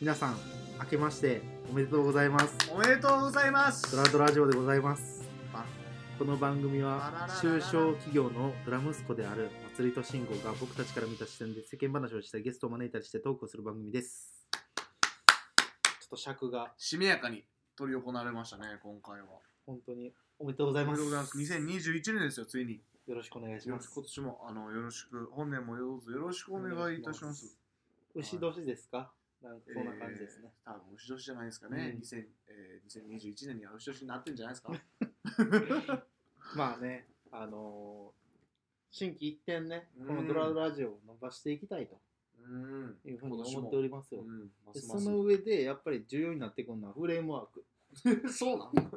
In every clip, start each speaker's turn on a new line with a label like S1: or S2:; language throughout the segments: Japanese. S1: 皆さん明けましておめでとうございます
S2: おめでとうございます
S1: ドラドラジオでございます
S2: あ
S1: この番組
S2: あららら
S1: は
S2: ら
S1: 中小企業のドラ息子であるまつりと慎吾が僕たちから見た視点で世間話をしたりゲストを招いたりしてトークをする番組ですちょっと尺が
S2: しめやかに執り行われましたね今回は
S1: 本当におめでとうござい
S2: お
S1: ま
S2: めですとうございます2021年ですよついに
S1: よろしくお願いし
S2: よ
S1: ま
S2: ろし
S1: す
S2: く今年もあのよろしく本年もどうぞよろしくお願いいたします
S1: 牛年ですかなんかそんな感じですね、
S2: えー多分牛年じゃないですかね、
S1: うん
S2: 2000えー2021年には牛年になってんじゃないですか
S1: まあねあのー新規一点ね
S2: うん
S1: このドラドラジオを伸ばしていきたいと
S2: うん
S1: いうふうに思っておりますよ、
S2: うんま
S1: です
S2: ま
S1: その上でやっぱり重要になってくるのはフレームワーク
S2: す そうなの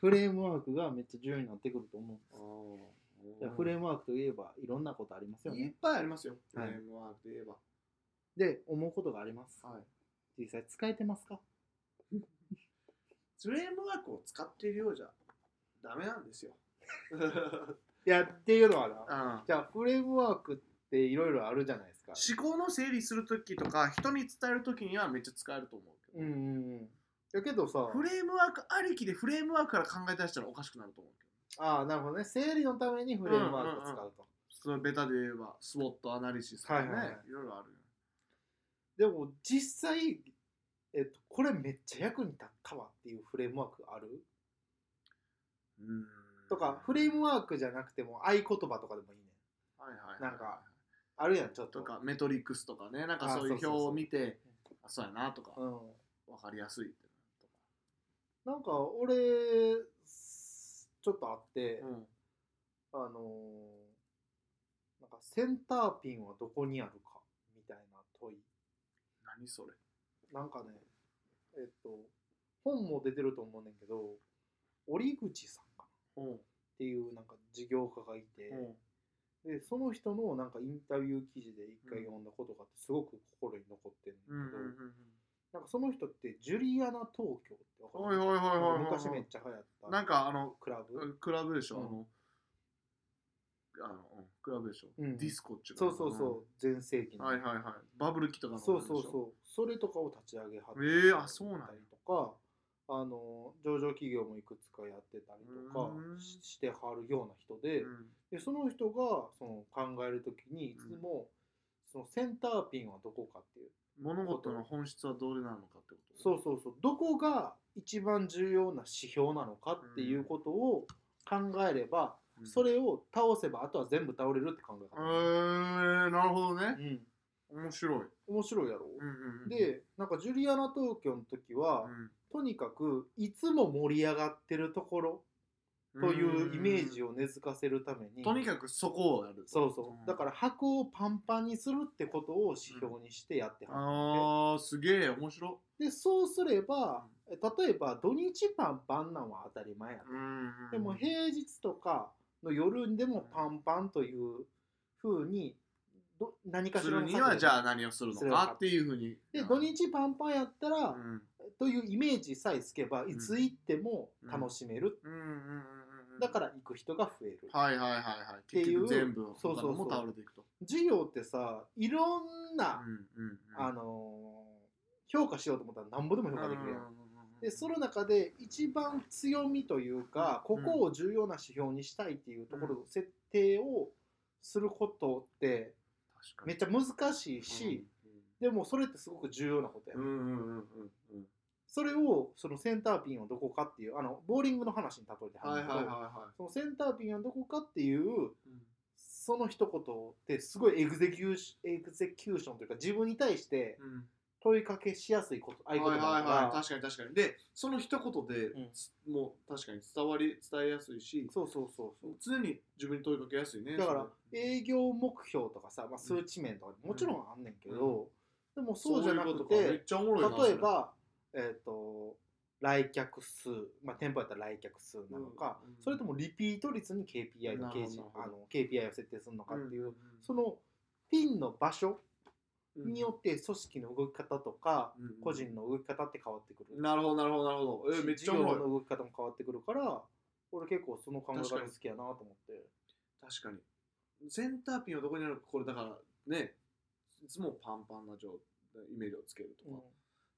S1: フレームワークがめっちゃ重要になってくると思う
S2: あ
S1: い
S2: ー
S1: やフレームワークといえばいろんなことありますよ
S2: いっ
S1: ね
S2: ぱいありますよ、
S1: はい
S2: フレームワークといえば
S1: で思うことがあります
S2: はい
S1: 実際使えてますか
S2: フレームワークを使っているようじゃダメなんですよ
S1: いやっていうのはな
S2: あ
S1: じゃあフレームワークっていろいろあるじゃないですか
S2: ー思考の整理するときとか人に伝えるときにはめっちゃ使えると思うけど
S1: うんうんうんだけどさ
S2: フレームワークありきでフレームワークから考え出したらおかしくなると思うけど
S1: ああなるほどね整理のためにフレームワークを使うと、
S2: そのベタで言えばスウォットアナリシスとか
S1: は
S2: ね、
S1: い
S2: い
S1: はいはい
S2: ろいろあるよ
S1: でも実際、えっと、これめっちゃ役に立ったわっていうフレームワークある
S2: うん
S1: とかフレームワークじゃなくても合言葉とかでもいいね
S2: はいはいはい
S1: なんかあるやんちょっと
S2: とかメトリックスとかねなんかそういう
S1: あそうそうそ
S2: 表
S1: う
S2: を見てあそうやなとか
S1: うん
S2: 分かりやすいって
S1: なんか俺ちょっとあって、
S2: なうん
S1: あのーなんかセンターピンはどこにあるかみたいな問い
S2: 何それ
S1: なんかねえっと本も出てると思うねんけど折口さんかなっ
S2: うん
S1: ていうなんか事業家がいて、
S2: うん
S1: でその人のなんかインタビュー記事で一回読んだことがあってすごく心に残ってるんだけ
S2: うんうん
S1: ど、
S2: うん
S1: なんかその人ってジュリアナ東京ってわ
S2: うんおい
S1: か
S2: おい
S1: る
S2: おいおいおい
S1: 昔めっちゃ流行った
S2: なんかあの
S1: クラブ
S2: クラブでしょ、
S1: うん
S2: あのあのうんクラブでしょ、
S1: うん
S2: ディスコっちゅうか
S1: そうそうそう全盛期
S2: うん
S1: の、
S2: はいはいはいバブル期とかの
S1: そうそう
S2: う
S1: そうそれとかを立ち上げはった
S2: えーあそうなんや
S1: りとかあの上場企業もいくつかやってたりとか
S2: うん
S1: ししてはるような人で,、
S2: ん
S1: でその人がその考えるときにいつも、そのセンターピンはどこかっていう
S2: 物事の本質はどれなのかってこと
S1: そうそうそうどこが一番重要な指標なのかっていうことを考えれば、
S2: うん
S1: それを倒せばあとは全部倒れるって考え
S2: え
S1: 方、
S2: ー、なるほど
S1: う
S2: ね
S1: ん、
S2: 面白い、
S1: 面白いやろ、
S2: うんうんうん、
S1: でなんかジュリアナ東京の時は、とにかくいつも盛り上がってるところというイメージ
S2: を
S1: を根付かせるために
S2: とにかくそこをやる
S1: そうそう、
S2: ん
S1: だから箱をパンパンにするってことを指標にしてやってはる、
S2: あーすげえ面白
S1: でそうすれば例えば土日パンパンなんは当たり前や、
S2: うん
S1: でも平日とかの夜でもパンパンというふうにど何かし
S2: す
S1: ら
S2: る
S1: の策
S2: にはじゃあ何をするのかっていうふうに
S1: で土日パンパンやったら、
S2: うん
S1: というイメージさえつけばいつ行っても楽しめる、
S2: うんうんうんうんうん
S1: だから行く人が増える、
S2: はいはいはいはい。
S1: ていう
S2: 結局全部
S1: そうそうそう
S2: 他のも倒れていくと。
S1: 授業ってさいろんな、
S2: うんうんうん
S1: あのー評価しようと思ったらなんぼでも評価できるやん。でその中で一番強みというかここを重要な指標にしたいっていうところの設定をすることってめっ
S2: ち
S1: ちゃ難しいし、、でもそれってすごく重要なことや、
S2: うんんうんうんうんうん
S1: それをそのセンターピンはどこかっていうあのボーリングの話に例えて
S2: うん。は
S1: る
S2: い
S1: ん
S2: は
S1: だけ
S2: いはい
S1: ど
S2: は
S1: そのセンターピンはどこかっていう
S2: い。
S1: その一言ってすごいエグゼキューシエグゼキューションというか自分に対して
S2: うん
S1: 問いかけしやすいこと合
S2: はい
S1: 言
S2: はい
S1: 葉だ
S2: はい
S1: から
S2: 確かに確かにでその一言で、
S1: うん
S2: もう確かに伝わり伝えやすいし
S1: そうそうそうそう
S2: 常に自分に問いかけやすいね
S1: だから
S2: それ
S1: 営業目標とかさ、まあ、数値面とかもちろんあんねんけど、でもそうじゃなく
S2: そういうことかめ
S1: て
S2: っちゃおもろいな
S1: 例えば、えっと来客数、まあ、店舗やったら来客数なのか、
S2: うんうん
S1: それともリピート率に KPI の
S2: なるほど
S1: 掲示
S2: なるほど
S1: あの KPI を設定するの
S2: そ
S1: かっ
S2: れ
S1: ていう、
S2: んん
S1: そのピンの場所
S2: うん
S1: によって組織の動き方とか、
S2: うんうん
S1: 個人の動き方って変わってくる、
S2: なるほどなるほどなるほどえめっちゃお
S1: 事
S2: も
S1: 業
S2: ろい
S1: の動き方も変わってくるから俺結構その考え方好きやなと思って。
S2: 確かにセンターピンはどこにあるかこれだからねいつもパンパンな状イメージをつけるとか、
S1: うん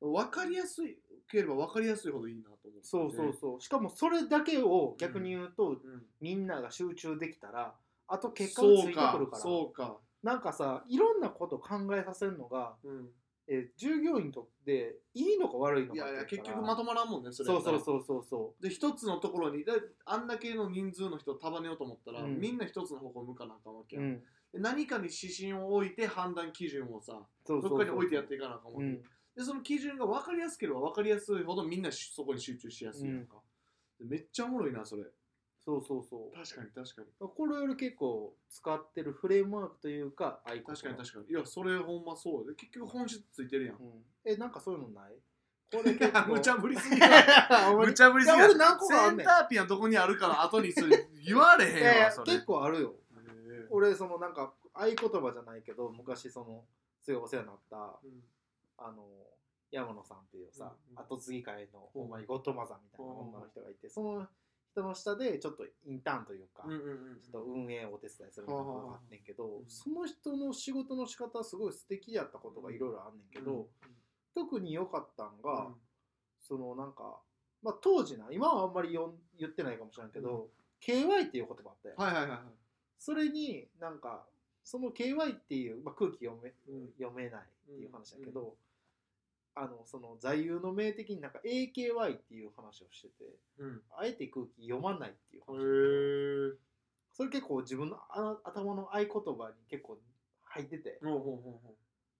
S2: 分かりやすいければ分かりやすいほどいいなと思って、
S1: そうそうそうしかもそれだけを逆に言うと、
S2: うん、
S1: みんなが集中できたらあと結果がついてくるから
S2: そうか
S1: なんかさいろんなこと考えさせるのが、
S2: そうか、
S1: えー従業員にとっていいのか悪いの
S2: うん、
S1: か
S2: いやいや結局ま
S1: と
S2: とまらんもんねそれ
S1: そうそう
S2: う
S1: そうそうそ
S2: で一つのところにだあんだけの人数の人を束ねようと思ったら、
S1: うん
S2: みんな一つの方向向かなあかんわけ
S1: う、
S2: や、
S1: うん、
S2: で何かに指針を置いて判断基準をさ
S1: そうそう
S2: ど
S1: そ
S2: っ
S1: う
S2: かに置いてやっていかなあかんわ
S1: う
S2: け、
S1: ん
S2: でその基準が分かりやすければ分かりやすいほどみんなしそこに集中しやすいやんか、でめっちゃおもろいなそれ
S1: そうそうそう
S2: 確かに確かに
S1: これより結構使ってるフレームワークというかアイコン
S2: 確かに確かにいやそれほんまそうで結局本質ついてるやん、
S1: うん、えなんかそういうのないこれ
S2: いや 無茶
S1: ぶ
S2: ぶりすぎや無茶ぶりすぎ
S1: いや俺何個かあんねん
S2: センターピンはどこにあるから後にそれ言われ
S1: いやい
S2: へんわ
S1: や
S2: それ
S1: 結構あるよ
S2: へえ
S1: 俺そのなんか合言葉じゃないけど昔そのすごいお世話になった
S2: うん
S1: あの山野さんっていうさ、
S2: うんうん
S1: 後継ぎ会の
S2: うん
S1: ほんまにゴッドマザーみたいな女の人がいてその人の下でちょっとインターンというか、
S2: うんうんうん
S1: ちょっと運営をお手伝いするみたいなことがあんねんけど、
S2: うん
S1: その人の仕事の仕方すごい素敵やったことがいろいろあんねんけど、特に良かったんが、
S2: うん
S1: そのなんか、まあ、当時な今はあんまりよん言ってないかもしれんけど、KY っていう言葉あったよ、
S2: はいはいはいはい
S1: それになんかその KY っていう、まあ、空気読め
S2: うん
S1: 読めないっていう話だけど、あのその座右の銘的になんか AKY っていう話をしてて
S2: うん
S1: あえて空気読まないっていう話
S2: へえ
S1: それ結構自分のあ頭の合言葉に結構入ってて
S2: ほうほうほうほ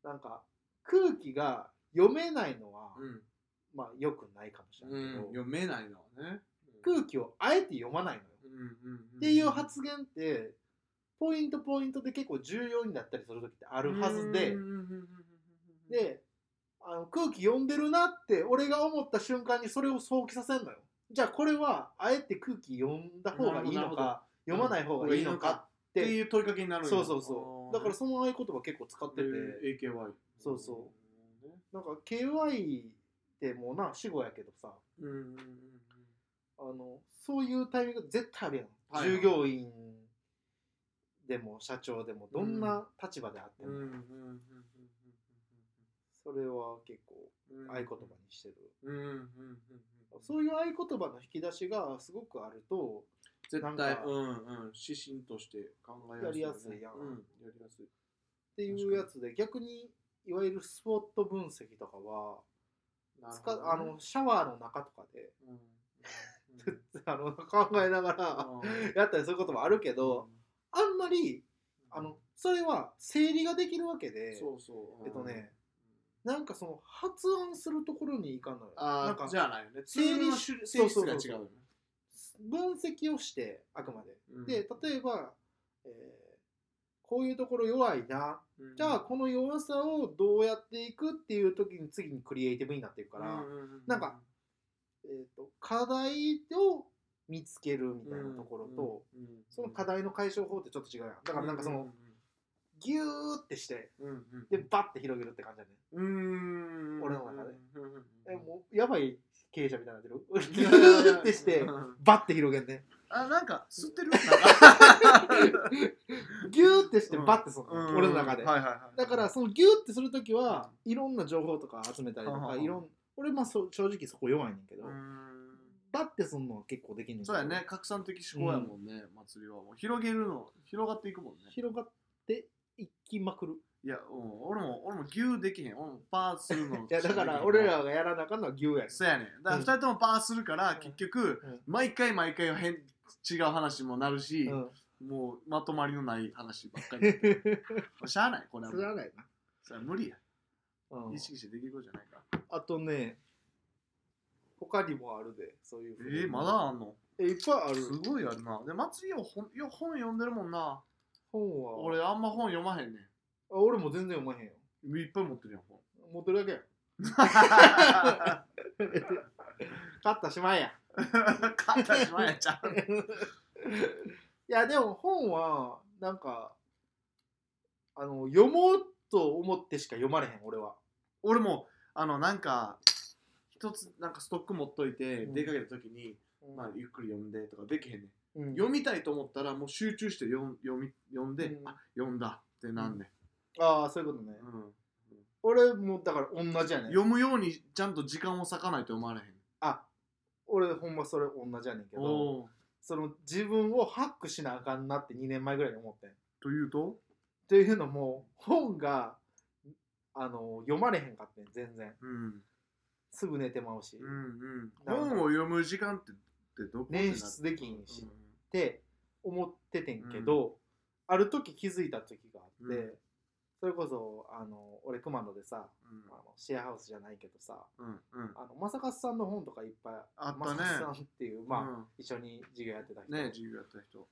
S1: なんか空気が読めないのは、
S2: ううん
S1: まあ良くないかもしれ
S2: う
S1: ないけ
S2: ん
S1: ど、
S2: 読めないのはね
S1: 空気をあえて読まないのよ、
S2: うんうん
S1: っていう発言ってポイントポイントで結構重要になったりする時ってあ
S2: あ
S1: るはずで、
S2: で
S1: であの空気読んでるなって俺が思った瞬間にそれを想起させるのよじゃあこれはあえて空気読んだ方がいい
S2: なる
S1: の
S2: ほどな
S1: か読まない方がいいのかっ
S2: って
S1: て
S2: いう問いかけになるんや
S1: そうそうそうだからその合言葉結構使ってて、
S2: へえ AKY
S1: そうそ
S2: うん
S1: なんか KY ってもうな死後やけどさ
S2: うんうんうん
S1: あのそういうタイミング絶対あるやん、
S2: はいはい
S1: 従業員でも社長でもどんな立場であって
S2: う
S1: も、
S2: んうんうんうん
S1: それは結構
S2: うんうん
S1: 合言葉にしてる、
S2: うんうんうんうん
S1: そういう合言葉の引き出しがすごくあると
S2: 絶
S1: な
S2: 対
S1: んか
S2: うんうん指針として考え
S1: やりやすいやん
S2: うんやりやすい
S1: っていうやつで逆にいわゆるスポット分析とかは、
S2: なる
S1: つ
S2: ほ
S1: か
S2: どね
S1: あのシャワーの中とかで
S2: うんうん
S1: あの考えながら
S2: うん
S1: やったりすることもあるけどあんまりあのそれは整理ができるわけで
S2: そうそう
S1: えっとねなんかその発案するところにいかんのよな
S2: あ
S1: ん
S2: あ
S1: か
S2: じゃあないよね
S1: 整理
S2: 整理の
S1: し
S2: 種性質
S1: そう
S2: が
S1: そ
S2: 違
S1: うそう
S2: うよね
S1: 分析をしてあくまで
S2: うん
S1: で例えば、えーこういうところ弱いな
S2: うん
S1: じゃあこの弱さをどうやっていくっていう時に次にクリエイティブになっていくから、
S2: ううう
S1: なんかえー、と課題を見つけるみたいなところと、
S2: うんうんうん
S1: その課題の解消法ってちょっと違うやんだからなんかその、ギューってして
S2: うんうんうん
S1: でバッて広げるって感じだね
S2: うーん
S1: 俺の中で
S2: うんうんうん
S1: えもうやばい経営者みたいにな ってる
S2: い
S1: ギ
S2: やいやい
S1: ュ
S2: や
S1: ーってして
S2: うん
S1: バッて広げんね
S2: あなんか吸ってるなんか
S1: ギューってして
S2: うん
S1: バッてするの、
S2: うん
S1: 俺の中で、
S2: はいはいはい
S1: だからそのギューってする時はいろんな情報とか集めたりと
S2: はは
S1: か
S2: はい
S1: ろん俺まあそう正直そこ弱いねんけど、
S2: うーん
S1: バッてするのは結構できんねんけど
S2: そうやね拡散的思考やもんね祭りはもう広げるの広がっていくもんね
S1: 広がっていきまくる
S2: いやうん俺も俺もギューできへん俺もパーするの
S1: いやだから俺らがやらなあかんのはギューやねん
S2: そうやねんだから
S1: うん
S2: 2人ともパーするから
S1: ん
S2: 結局
S1: うん
S2: 毎回毎回変違う話もなるし
S1: うん
S2: もうまとまりのない話ばっ かりになってるしゃあない これは
S1: そ
S2: も
S1: れ
S2: う
S1: はないな、
S2: それは無理や
S1: うん
S2: 意識してできることじゃないから
S1: あとね他にもあるでそういう
S2: えー、まだあんの
S1: えいっぱいある
S2: すごいあるな。で、松井は本いや本読んでるもんな。
S1: 本は
S2: 俺、あんま本読まへんね
S1: あ俺も全然読まへんよ
S2: ん。いっぱい持ってるやん、 本。
S1: 持ってるだ けや買ったしまいや
S2: 買ったしまやちゃう。
S1: いやでも本はなんかあの読もうと思ってしか読まれへん俺は
S2: 俺も、あの、なんか、一つ、なんかストック持っといて、
S1: うん
S2: 出かけた時に、まあ、ゆっくり読んでとかできへんねん。
S1: うん
S2: 読みたいと思ったら、もう集中して読ん読み読んで、
S1: うん
S2: あ、読んだってなんね
S1: ああそういうことね
S2: ん。うん。
S1: 俺もだから同じやねん
S2: 読むようにちゃんと時間を割かないと読まれへん
S1: あ俺ほんまそれ同じやねんけど
S2: おー
S1: その自分をハックしなあかんなって2年前ぐらいに思ってん
S2: というと
S1: というのも本があの読まれへんかってん全然
S2: うん
S1: すぐ寝てまうし、
S2: うんうん
S1: だから
S2: 本を読む時間ってってどこ
S1: 捻出できんし
S2: うん
S1: って思っててんけど、ある時気づいた時があって、
S2: うん
S1: それこそあの俺熊野でさ
S2: うん
S1: あのシェアハウスじゃないけどさ
S2: うんうん
S1: あの正勝さんの本とかいっぱい
S2: あった
S1: 正
S2: ね
S1: 勝さんっていう、まあ
S2: うん
S1: 一緒に授業やってた
S2: ね
S1: 人
S2: 自由やった人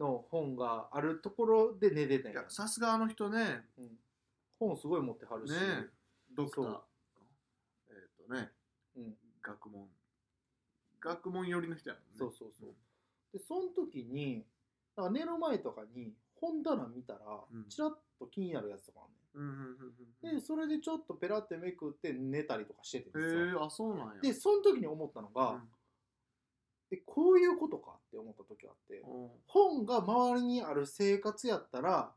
S1: の本があるところで寝ててん
S2: い
S1: や
S2: やさすがあの人ね
S1: うん、本すごい持ってはるし、
S2: ねドクター
S1: そ
S2: えっとね
S1: うん、
S2: 学問学問寄りの人やもんね
S1: そうそうそうでその時になんか寝る前とかに本棚見たら
S2: うん
S1: ちらっと気になるやつとかあんねん
S2: うんうんうんうんうん
S1: でそれでちょっとペラってめくって寝たりとかしててんですよ
S2: へえあそうなんや
S1: でその時に思ったのが、
S2: うん
S1: えこういうことかって思った時があって
S2: うん
S1: 本が周りにある生活やったら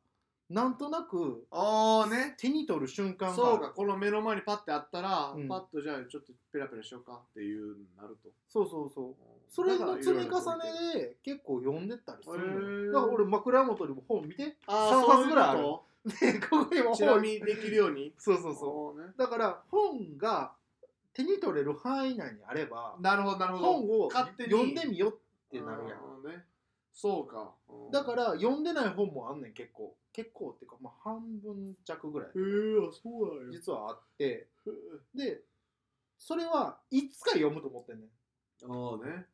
S1: なんとなく
S2: ああね
S1: 手に取る瞬間が
S2: そうかこの目の前にパッてあったら、
S1: うん
S2: パッとじゃあちょっとペラペラしようかっていうなると
S1: そうそうそうそれの積み重ねで結構読んでったりするのよだから俺枕元にも本見て
S2: あ
S1: 3
S2: あそうい
S1: 冊
S2: う
S1: ぐらいある
S2: こ
S1: でここにも
S2: とチラ
S1: 本
S2: 見できるように
S1: そうそうそう
S2: うね
S1: だから本が手に取れる範囲内にあれば
S2: なるほどなるほど
S1: 本を
S2: 勝手に
S1: 読んでみよってなるやん
S2: うんねそうかうん
S1: だから読んでない本もあんねん結構結構っていうか、まあ、半分弱ぐらい
S2: へえあそうなんや
S1: 実はあって
S2: へ
S1: でそれはいつか読むと思ってんねん
S2: えああね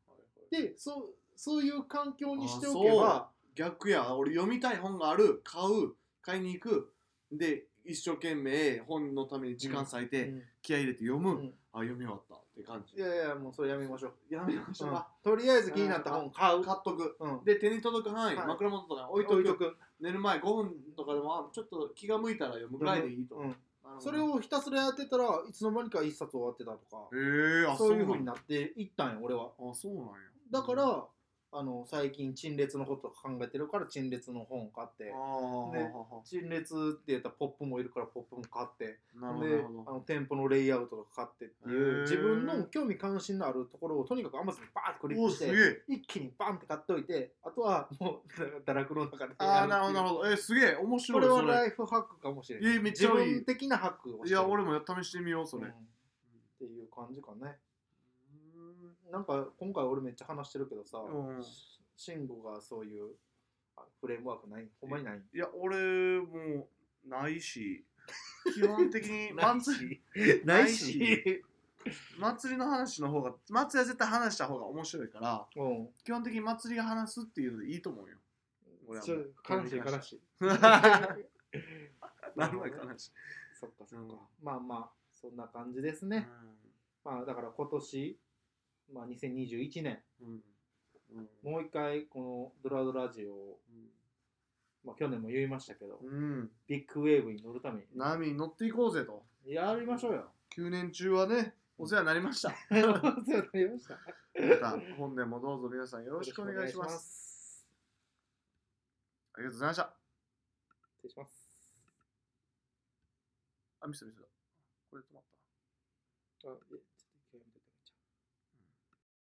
S1: でそうそういう環境にしておけば
S2: 逆や俺読みたい本がある買う買いに行くで一生懸命本のために時間割いて、
S1: うん
S2: 気合い入れて読む、
S1: うん
S2: あ読み終わったって感じ
S1: いやいやもうそれやめましょう、
S2: やめましょう
S1: うん
S2: か、
S1: とりあえず気になった本買う、
S2: 買っとく
S1: うん、
S2: で手に届く範囲、
S1: はい
S2: 枕元とかに置
S1: 置
S2: い
S1: い
S2: と
S1: と
S2: く
S1: く
S2: 寝る前5分とかでもあちょっと気が向いたら読むぐらいでいいと、
S1: うんうん
S2: なるほど
S1: それをひたすらやってたらいつの間にか一冊終わってたとか
S2: へえあ
S1: そういう風に
S2: な
S1: なっていったんよ俺は
S2: あそうなんや
S1: だから、あの最近陳列のこと考えてるから陳列の本買って
S2: ああ、
S1: で
S2: ははは
S1: 陳列って言ったらポップもいるからポップも買って
S2: なるほどな
S1: で
S2: るほ
S1: あ
S2: ど
S1: の店舗のレイアウトとか買ってって
S2: へ
S1: い
S2: ー
S1: う自分の興味関心のあるところをとにかくアマゾンにバーってクリッ
S2: お
S1: ク
S2: ー
S1: し
S2: す
S1: て
S2: げえ
S1: 一気にバンって買っておいてあとはもう堕落の中で
S2: ああなるほどなる
S1: ほ
S2: ほどえすげえ面白
S1: こ
S2: い
S1: れは
S2: それ
S1: ライフハックかもしれない
S2: えめっち
S1: 自
S2: ゃいい
S1: 分的なハックを
S2: い
S1: る
S2: や俺もや試してみようそれ、
S1: うんっていう感じかねなんか今回俺めっちゃ話してるけどさ、
S2: うん
S1: 慎吾がそういうあフレームワークないほんまにない
S2: いや俺もうな いし基本的に祭り
S1: ない
S2: ないし祭りの話の方が祭りは絶対話した方が面白いから
S1: うん
S2: 基本的に祭りが話すっていうのでいいと思うよ俺はも
S1: ちょ
S2: う
S1: 悲しい悲 しい
S2: 何の話
S1: そっかそっか、
S2: うん
S1: まあまあそんな感じですね、まあだから今年まあ2021年
S2: うんうん
S1: もう一回このドラドラジオを、まあ、去年も言いましたけど、
S2: うん
S1: ビッグウェーブに乗るため
S2: 波に乗っていこうぜと
S1: にやりましょうよ
S2: 9年中はねお世話になりましたま
S1: お世話になりましたよ
S2: た本年もどうぞ皆さんよろしくお願いします
S1: す
S2: ありがとうございました
S1: 失礼します
S2: あミスミスだこれ止まった
S1: あえ